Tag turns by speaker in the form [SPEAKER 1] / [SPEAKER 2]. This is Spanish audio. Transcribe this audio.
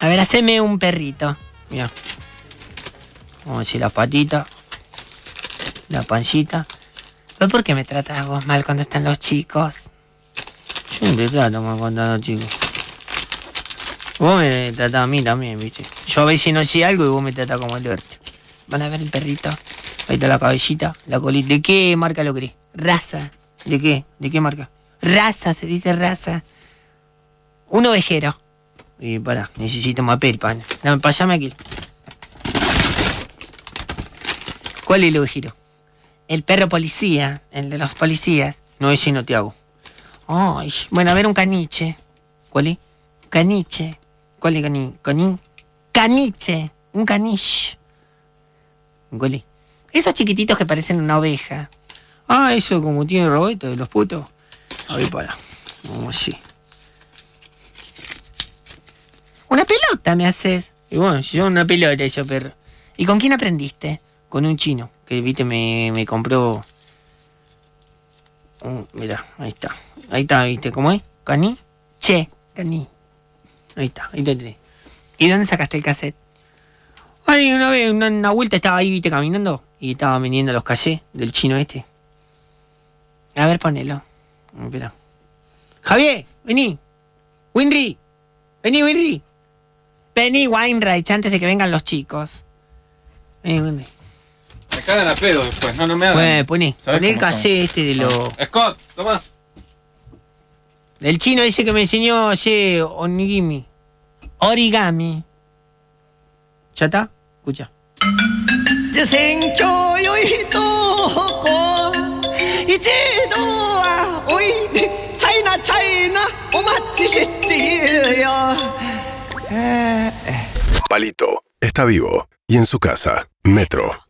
[SPEAKER 1] A ver, haceme un perrito. Mira. Vamos a decir las patitas. La pancita. ¿Pero por qué me tratas vos mal cuando están los chicos?
[SPEAKER 2] Yo siempre trato mal cuando los chicos. Vos me tratás a mí también, viste. Yo a veces no sé algo y vos me tratás como el orto.
[SPEAKER 1] Van a ver el perrito.
[SPEAKER 2] Ahí está la cabellita, la colita. ¿De qué marca lo querés?
[SPEAKER 1] Raza.
[SPEAKER 2] ¿De qué? ¿De qué marca?
[SPEAKER 1] Raza, se dice raza. Un ovejero.
[SPEAKER 2] Y pará, necesito papel, pana. Dame, pasame aquí.
[SPEAKER 1] ¿Cuál es el ovejero? El perro policía, el de los policías.
[SPEAKER 2] No, ese no te hago.
[SPEAKER 1] Ay, bueno, a ver un caniche.
[SPEAKER 2] ¿Cuál es?
[SPEAKER 1] Caniche.
[SPEAKER 2] ¿Cuál es cani? cani?
[SPEAKER 1] Caniche. Un caniche.
[SPEAKER 2] ¿Cuál es?
[SPEAKER 1] Esos chiquititos que parecen una oveja.
[SPEAKER 2] Ah, eso como tiene Roberto de los putos. A ver, para. Vamos así.
[SPEAKER 1] Una pelota me haces.
[SPEAKER 2] Y bueno, yo una pelota ese perro.
[SPEAKER 1] ¿Y con quién aprendiste?
[SPEAKER 2] Con un chino, que viste, me, me compró. un- mirá, ahí está. Ahí está, viste, ¿cómo es? ¿Cani?
[SPEAKER 1] Che, caní.
[SPEAKER 2] Ahí está, ahí te tenés.
[SPEAKER 1] ¿Y dónde sacaste el cassette?
[SPEAKER 2] Ay, una vez, una, una vuelta estaba ahí, viste, caminando. Y estaba vendiendo los cassés del chino este.
[SPEAKER 1] A ver, ponelo.
[SPEAKER 2] Espera. Javier, vení. Winry. Vení, Winry.
[SPEAKER 1] Penny Weinreich antes de que vengan los chicos.
[SPEAKER 2] Vení, Winry.
[SPEAKER 3] Me cagan a pedo después, no, no me hagan.
[SPEAKER 2] Eh, Bueno, poné.
[SPEAKER 3] ¿Sabés
[SPEAKER 2] Poné el
[SPEAKER 3] cómo son? Ah.
[SPEAKER 2] cassé este de lo.
[SPEAKER 3] Scott, toma.
[SPEAKER 2] Del chino ese que me enseñó ayer Onigimi.
[SPEAKER 1] Origami.
[SPEAKER 2] ¿Ya está? Escucha.
[SPEAKER 4] 一生教育とこ一度はおいでチャイナチャイナお待ちしているよ
[SPEAKER 5] Palito está vivo y en su casa, Metro